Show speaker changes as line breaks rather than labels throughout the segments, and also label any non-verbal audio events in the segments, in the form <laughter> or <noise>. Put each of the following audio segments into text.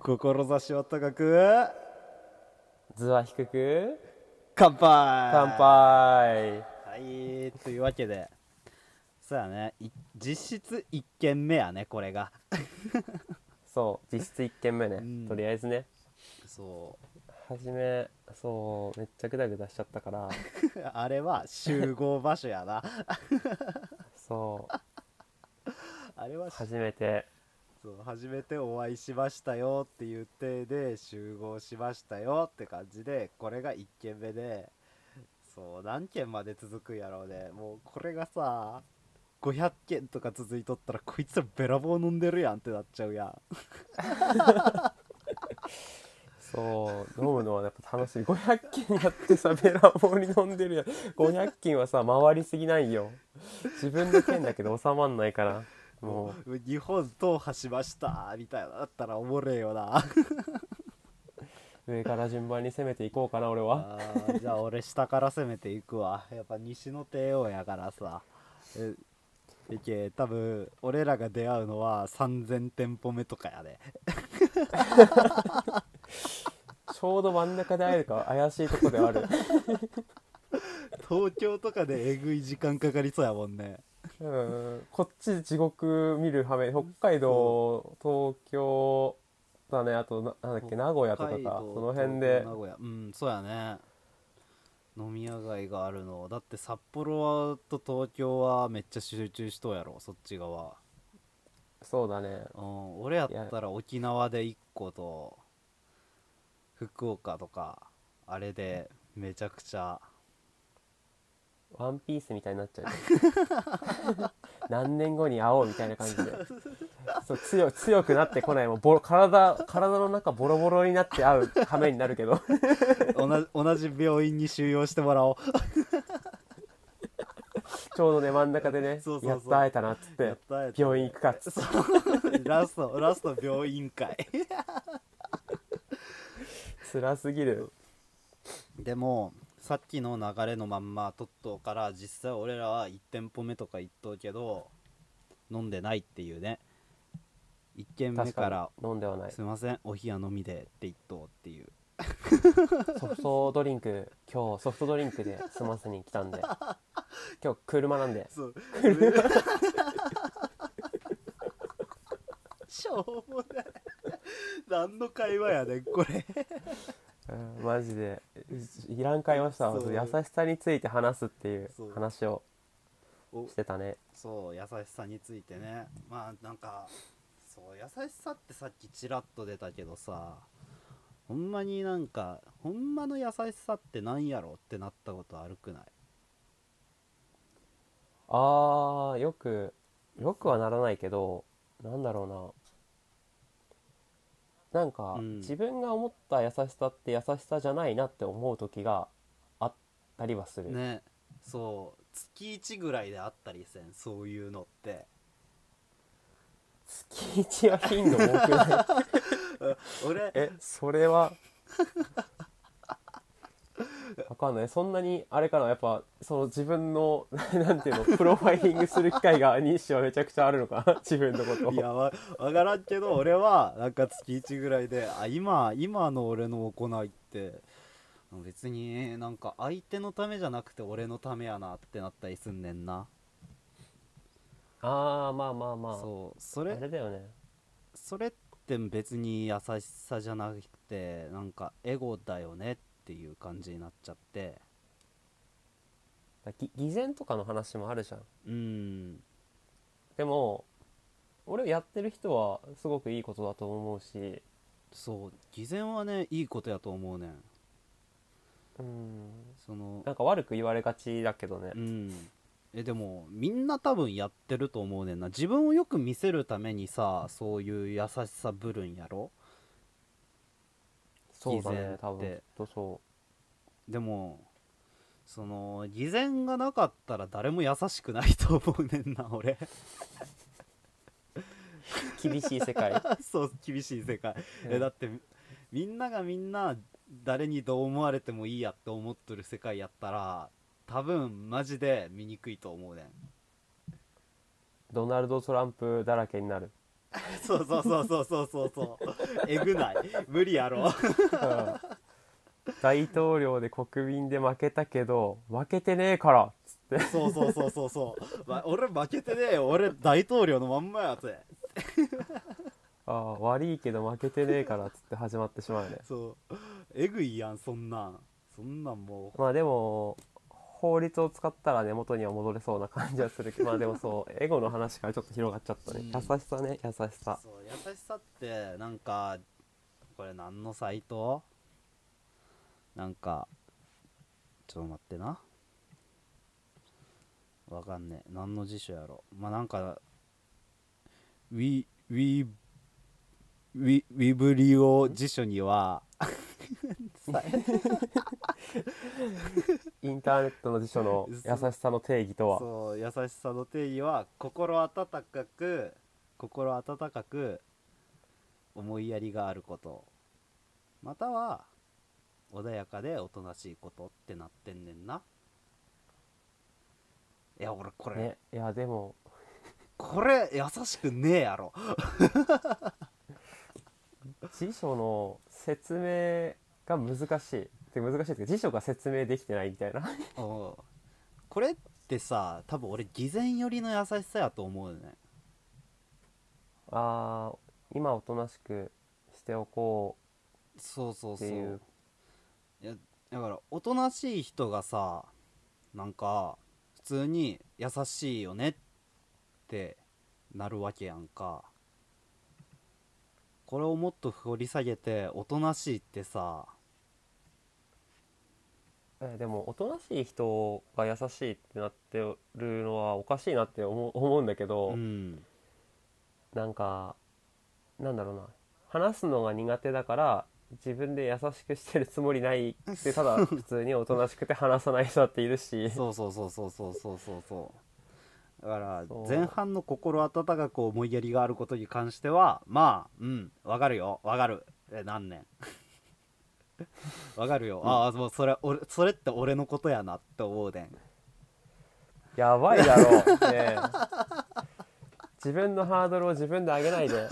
志は高く
図は低く
乾杯
乾杯
はいというわけでそうやねい実質1軒目やねこれが
そう実質1軒目ね、
ん
とりあえずね
そう
初めそうめっちゃグダグダしちゃったから
<laughs> あれは集合場所やな <laughs>
そう
あれは
初めて
そう初めてお会いしましたよっていう体で集合しましたよって感じでこれが1軒目でそう何軒まで続くんやろうねもうこれがさ500件とか続いとったらこいつらべらぼう飲んでるやんってなっちゃうやん
そう飲むのはやっぱ楽しい500件やってさべらぼうに飲んでるやん500件はさ回りすぎないよ自分の件だけど収まんないからもう
もう日本踏破しましたみたいなだったらおもれえよな
上から順番に攻めていこうかな俺は
<laughs> あーじゃあ俺下から攻めていくわやっぱ西の帝王やからさえいけ多分俺らが出会うのは3000店舗目とかやで、ね <laughs>
ちょうど真ん中で会えるか怪しいとこではある
東京とかでえぐい時間かかりそうやもんね
うんこっち地獄見る羽目北海道東京だねあとななんだっけ名古屋とかか
北海道
その辺で
東京名古屋うんそうやね飲み屋街があるのだって札幌と東京はめっちゃ集中しとうやろそっち側
そうだね
うん俺やったら沖縄で1個と福岡とかあれでめちゃくちゃ
ワンピースみたいになっちゃうよ
<laughs>
何年後に会おうみたいな感じでそう強強くなってこないもうボロ体体の中ボロボロになって会う羽目になるけ
<laughs>
ど
同じ
<laughs>
同じ病院に収容してもらおう
ちょうどね真ん中でね
そうそうそう
やっと会えたなっつっ
や
て
ったやった
病院行くかっつって
ラストラスト病院会
辛すぎる
でもさっきの流れのまんまトットーから実際俺らは1店舗目とか行っとうけど飲んでないっていうね1軒目
確
か
からに飲んではない
すいませんお冷や飲みでって言っとうっていう
ソフトドリンク今日ソフトドリンクで済ませに来たんで今日車なんで
そう <laughs> しょうもない何の会話やねんこれ
うんマジでいらん会話したわ
そう
優しさについて話すっていう
そう
話を
お
してたね
そう優しさについてねまあなんかそう優しさってさっきちらっと出たけどさほんまになんかほんまの優しさってなんやろってなったことあるくない
あーよくよくはならないけどなんだろうななんか、
うん
自分が思った優しさって優しさじゃないなって思う時があったりはする、
ねそう月1ぐらいであったりせんそういうのって
月一は頻度多くない
俺
えそれは <laughs> わかんないそんなにあれかなやっぱその自分の <laughs> なんていうのプロファイリングする機会が日誌はめちゃくちゃあるのかな <laughs> 自分のこと
<laughs>
を
いやわ分からんけど俺はなんか月1ぐらいであ今今の俺の行いって別になんか相手のためじゃなくて俺のためやなってなったりすんねんな
ああまあまあまあ
そうそ
あ
れ
れだよね
それって別に優しさじゃなくてなんかエゴだよねっていう感じになっちゃって
ぎ偽善とかの話もあるじゃん
うん
でも俺をやってる人はすごくいいことだと思うし
そう偽善はねいいことやと思うねん
うん
その
なんか悪く言われがちだけどね
うんえでもみんな多分やってると思うねんな自分をよく見せるためにさそういう優しさぶるんやろ
そうだ
偽善っ
ね
て
多分きっとそ
でもその偽善がなかったら誰も優しくないと思うねんな <laughs> 俺
う厳しい世 <laughs> 界
そう厳しい世界
う
え
ん
だってみみんながみんな誰にどう思われてもいいやって思っとる世界やったら多分マジで醜いと思うねん
ドナルド・トランプだらけになる
そうそうそうそうそうそうそうえぐない無理やろ
うん大統領で国民で負けたけど負けてねえからっつって
そうそうそうそうそう、 <laughs> ま、俺負けてねえよ俺大統領のまんまやつ
ああ悪いけど負けてねえからっつって始まってしまうね
そうえぐいやんそんなんそんなんもう
まあでも法律を使ったらね元には戻れそうな感じはするけどまあでもそうエゴの話からちょっと広がっちゃったね
うん
優しさね優しさ
そう優しさってなんかこれ何のサイトなんかちょっと待ってなわかんねえ何の辞書やろまあなんか We We We We ブリオ辞書に <laughs> はさ
インターネットの辞書の優しさの定義とは
そう優しさの定義は心温かく心温かく思いやりがあることまたは穏やかでおとなしいことってなってんねんないや俺これ、
ねいやでも
これ優しくねえやろ
辞書の説明が難しいって難しいですけど辞書が説明できてないみたいな
うんこれってさ多分俺偽善寄りの優しさやと思うね
あー今おとなしくしておこ
そうそう
って
そう
いう
いやだからおとなしい人がさなんか普通に優しいよねってなるわけやんかこれをもっと掘り下げておとなしいってさ
うえでもおとなしい人が優しいってなってるのはおかしいなって思う <laughs> 思うんだけど、
うん
なんかなんだろうな話すのが苦手だから自分で優しくしてるつもりないってただ普通におとなしくて話さない人だっているし
そうそうそうそうそうそうそうそうだから
そう
前半の心温かく思いやりがあることに関してはまあうんわかるよわかるえ何年 <laughs> わかるよ、ああもうそれ俺それって俺のことやなって思うでん
やばいだろう、ねえ、自分のハードルを自分で上げないで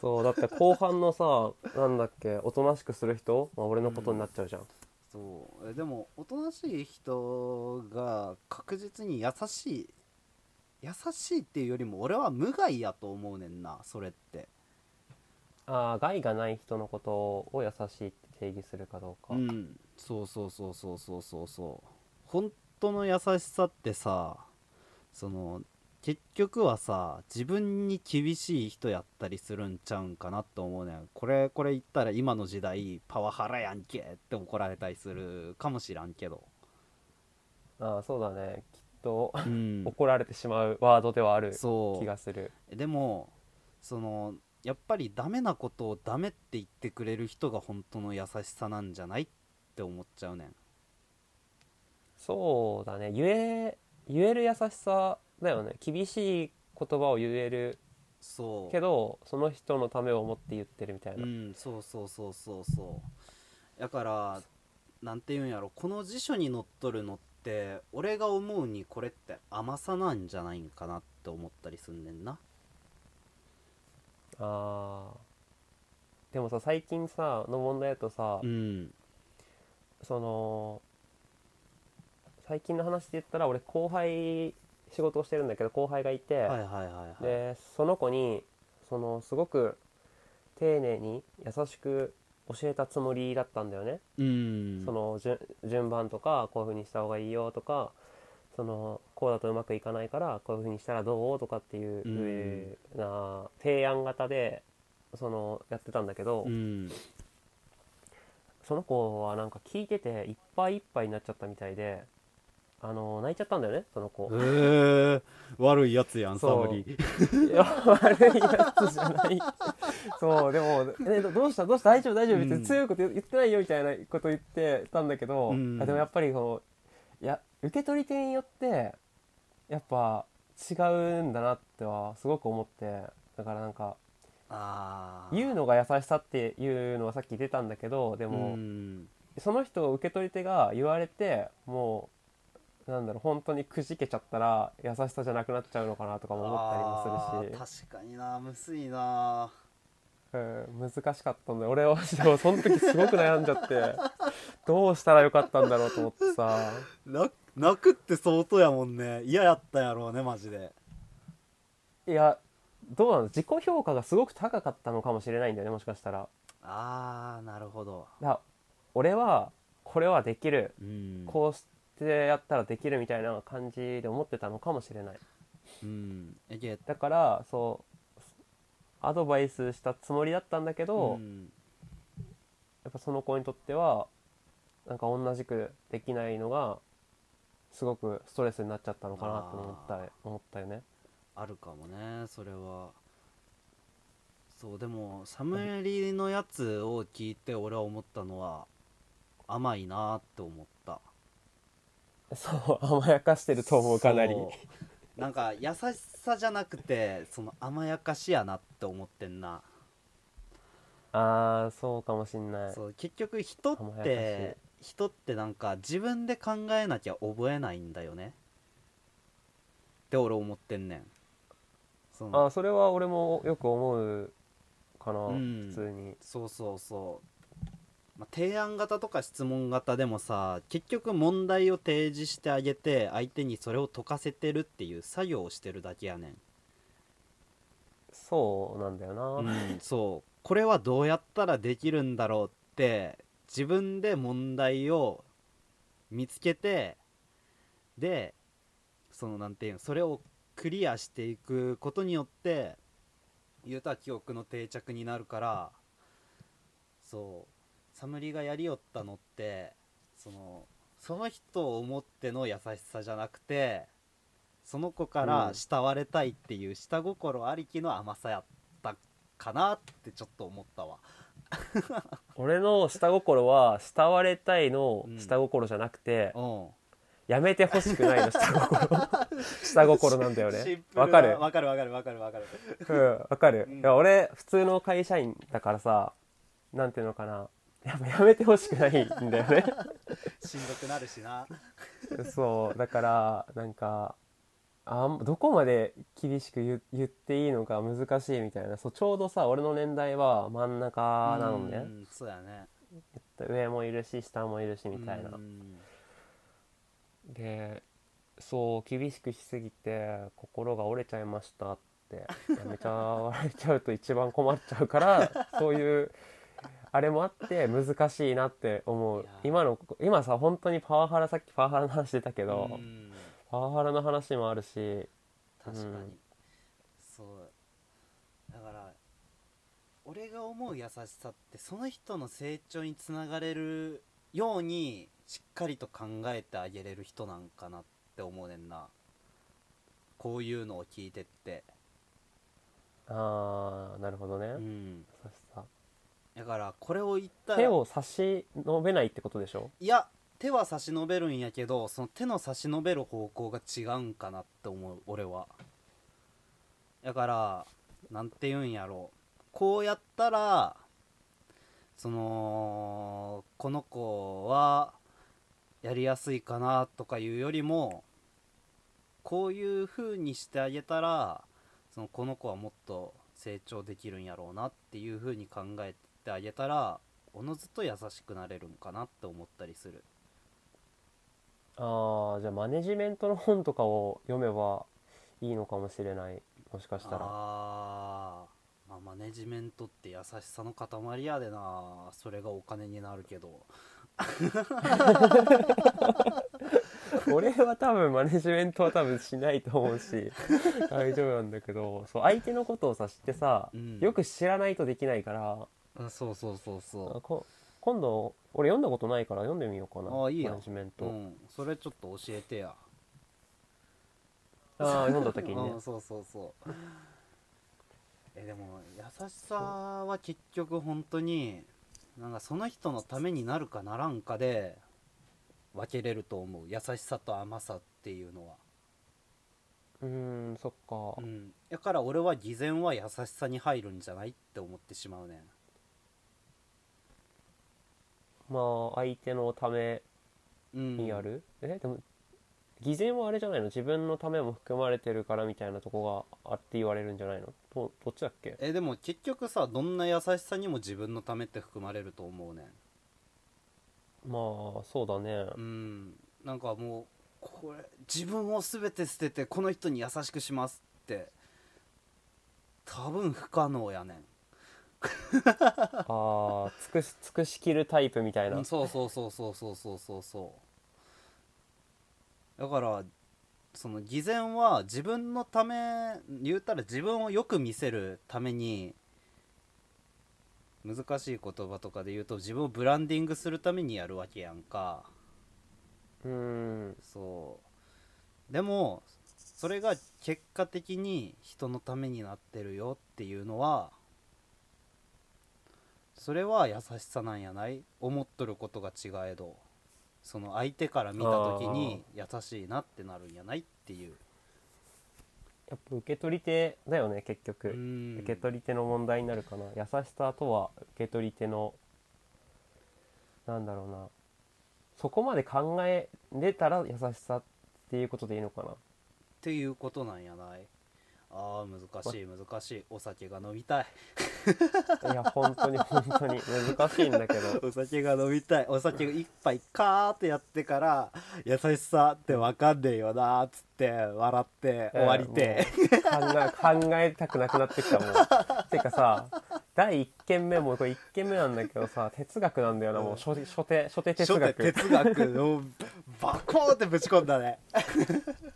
そうだって後半のさなんだっけおとなしくする人、まあ、俺のことになっちゃうじゃん、
そうえでもおとなしい人が確実に優しい優しいっていうよりも俺は無害やと思うねんなそれって
ああ害がない人のことを優しいって定義するかどうか、
うんそうそうそうそうそうそうそう本当の優しさってさその結局はさ自分に厳しい人やったりするんちゃうんかなと思うねんこれこれ言ったら今の時代パワハラやんけって怒られたりするかもしらんけど、
ああそうだねきっと
うん、
怒られてしまうワードではある
<laughs> そう
気がする
でもそのやっぱりダメなことをダメって言ってくれる人が本当の優しさなんじゃないって思っちゃうねん
そうだね言え言える優しさだよね厳しい言葉を言える
そう
けどその人のためを思って言ってるみたいな、
うんそうそうそうそうそうだからなんて言うんやろこの辞書に載っとるのって俺が思うにこれって甘さなんじゃないんかなって思ったりすんねんな
あーでもさ最近さの問題だとさ、
うん
その最近の話で言ったら俺後輩仕事をしてるんだけど後輩がいて、
はいはいはいはい
でその子にそのすごく丁寧に優しく教えたつもりだったんだよね、
うん
その順順番とかこういう風にした方がいいよとかそのこうだとうまくいかないからこういう風にしたらどうとかっていう風な提案型でそのやってたんだけど、
うん
その子はなんか聞いてていっぱいいっぱいになっちゃったみたいであの泣いちゃったんだよねその子
へえ。ー、悪いやつやんサ
そう
ムリ
いや <laughs> 悪いやつじゃないそうでも、ねどどうしたどうした大丈夫大丈夫」別
うん
に強いこと言言ってないよみたいなこと言ってたんだけど、
うん
あでもやっぱりこういや受け取り手によってやっぱ違うんだなってはすごく思ってだからなんか
ああ
言うのが優しさっていうのはさっき出たんだけどでも、
うん
その人受け取り手が言われてもうなんだろう本当にくじけちゃったら優しさじゃなくなっちゃうのかなとかも思ったりもするし
あー確かになむずいな
うん、難しかったんだよ俺はでもその時すごく悩んじゃってどうしたらよかったんだろうと思ってさ
な泣くって相当やもんね嫌やったやろうねマジで
いやどうなの自己評価がすごく高かったのかもしれないんだよねもしかしたらだか
ああなるほど
ら俺はこれはできる
うん
こうしてやったらできるみたいな感じで思ってたのかもしれない
うんえげ
だからそうアドバイスしたつもりだったんだけど、
ん、
やっぱその子にとってはなんか同じくできないのがすごくストレスになっちゃったのかなと思った
あー
思ったよね
あるかもねそれはそうでもサムエリのやつを聞いて俺は思ったのは甘いなって思った
そう甘やかしてると思うかなり
そうなんか優しさじゃなくてその甘やかしやなって思ってんな、
ああそうかもしんない
そう結局人っ
甘や
て人ってなんか自分で考えなきゃ覚えないんだよねって俺思ってんねんその
あーそれは俺もよく思うかな、
うん
普通に
そうそうそう、まあ提案型とか質問型でもさ結局問題を提示してあげて相手にそれを解かせてるっていう作業をしてるだけやねん
そうなんだよな、
うん、そうこれはどうやったらできるんだろうって自分で問題を見つけてでそのなんていうのそれをクリアしていくことによって言うたら記憶の定着になるからそうサムリがやりよったのってそのその人を思っての優しさじゃなくてその子から慕われたいっていう下心ありきの甘さやったかなってちょっと思ったわ
俺の下心は慕われたいの
うん
下心じゃなくて、
うん
やめてほしくないの下心
<laughs>
下心なんだよ
シ
ね
ンプルな
わかる
わかるわかるわかるわかる
うん、わかる。
うん
いや、俺、普通の会社員だからさ、なんていうのかな。やっぱやめてほしくないんだ
<laughs>
よね。
しんどくなるしな
そう。だから、なんか、あんどこまで厳しく言う言っていいのか難しいみたいな。そう、ちょうどさ、俺の年代は真ん中なの
う
ね。
んそうやね
上もいるし、下もいるし、みたいな
う。ん
で、そう、厳しくしすぎて、心が折れちゃいましたって、
<laughs>
やめちゃわれちゃうと一番困っちゃ
<laughs>
うから、そういう、あれもあって、難しいなって思
いうや。
今の、今さ、本当にパワハラ、さっきパワハラの話出たけど
う、ん
パワハラの話もあるし、
確かに、
うん
そうだから俺が思う優しさってその人の成長につながれるようにしっかりと考えてあげれる人なんかなって思うねんなこういうのを聞いてって
あー、なるほどね。
うん
優しさ
だからこれを言ったら
手を差し伸べないってことでしょ
いや手は差し伸べるんやけどその手の差し伸べる方向が違うんかなって思う俺はだからなんて言うんやろうこうやったらそのこの子はやりやすいかなとかいうよりもこういう風にしてあげたらそのこの子はもっと成長できるんやろうなっていう風に考えてあげたらおのずと優しくなれるんかなって思ったりする
あー、じゃあマネジメントの本とかを読めばいいのかもしれない。もしかしたら。
あー、まあマネジメントって優しさの塊やでなそれがお金になるけど
俺は多分マネジメントは多分しないと思う
<laughs>
し大丈夫なんだけどそう相手のことをさ知ってさ、
うん
よく知らないとできないから
あそうそうそう
あ
そ
こ今度俺読んだことないから読んでみようかな
あいいよ
マネジメン
う
ト、
うんそれちょっと教えてや
あー読んだ時
<laughs>
にね
うんそうそうそうえでも優しさは結局本当になんかその人のためになるかならんかで分けれると思う優しさと甘さっていうのは
うーんそっか
うんだから俺は偽善は優しさに入るんじゃないって思ってしまうねん
まあ相手のため
うん
にやる、えでも偽善はあれじゃないの自分のためも含まれてるからみたいなとこがあって言われるんじゃないのどどっちだっけ
えでも結局さどんな優しさにも自分のためって含まれると思うねん
まあそうだね
うんなんかもうこれ自分を全て捨ててこの人に優しくしますって多分不可能やねん
ああ尽くし <laughs> 尽くしきるタイプみたいな
うんそうそうそうそうそうそうそうそうだからその偽善は自分のため言うたら自分をよく見せるために難しい言葉とかで言うと自分をブランディングするためにやるわけやんか
うん
そうでもそれが結果的に人のためになってるよっていうのはそれは優しさなんやない思っとることが違えどその相手から見た時に優しいなってなるんやないっていう
やっぱ受け取り手だよね結局、
受
受け取り手の問題になるかな優しさとは受け取り手のなんだろうなそこまで考えれたら優しさっていうことでいいのかな
っていうことなんやないあー難しい難しいお酒が飲みたい
いや本当に本当に難しいんだけど
お酒が飲みたいお酒一杯カーってやってから優しさってわかんねえよなーっつって笑って <laughs> 終わりて、
もう
<laughs>
考え考えたくなくなってきたもんてかさ第1件目もこれ1件目なんだけどさ哲学なんだよなもう初初手初手哲
初
学
手哲学をバコーンってぶち込んだね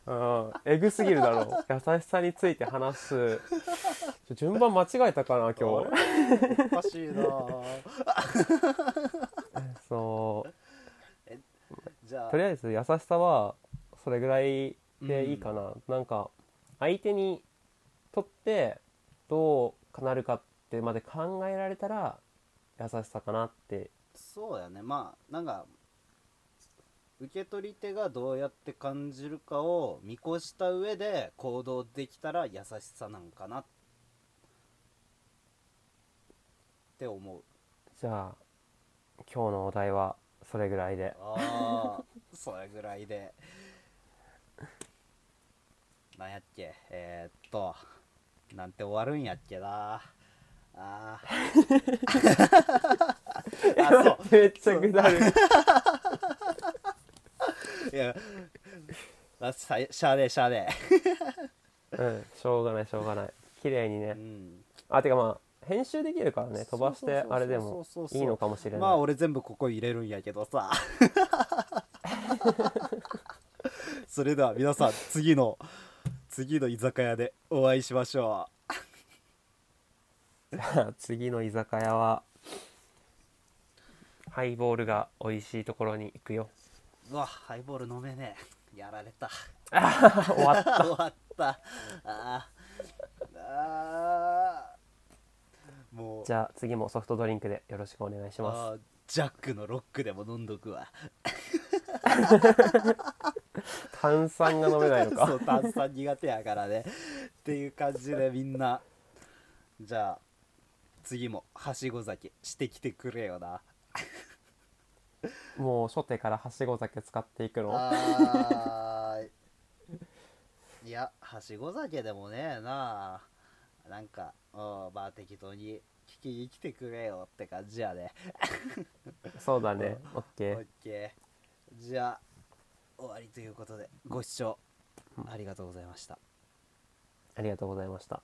うんえぐすぎるだろう優しさについて話すちょ順番間違えた
<laughs>
かな今日
おかしいなー
そう
じゃあ
とりあえず優しさはそれぐらいでいいかな、なんか相手にとってどうなるかってまで考えられたら優しさかなって
そうやねまあなんか受け取り手がどうやって感じるかを見越した上で行動できたら優しさなんかなって思う
じゃあ今日のお題はそれぐらいで
ああ <laughs> それぐらいでなんやっけえー、っとなんて終わるんやっけなあーあそ
<laughs> めっちゃぐだる
ういやあさしゃあねえしゃあね
うんしょうがないしょうがない綺麗に
え、う
ね
ん、
あてかまあ編集できるからね
そう
飛ばし
そう
て
そうそう
あれでも
そうそう
いいのかもしれない、
まあ俺全部ここ入れるんやけどさ <laughs> それでは皆さん次の次の居酒屋でお会いしましょう
<laughs> 次の居酒屋はハイボールが美味しいところに行くよ
うわハイボール飲めねえやられた
<laughs> 終わっ
終わったあーあーもう
じゃあ次もソフトドリンクでよろしくお願いします
あージャックのロックでも飲んどくわ
炭酸が飲めないの
<laughs> そ
か
う炭酸苦手やからねっていう感じでみんなじゃあ次もはしご酒してきてくれよな
もう初手からはしご酒使っていくの
あーいやはしご酒でもねえななんかうんまあ適当に聞きに来てくれよって感じやね
そうだねオッケ
オ
ー
ッケーじゃあ終わりということでご視聴ありがとうございました
ありがとうございました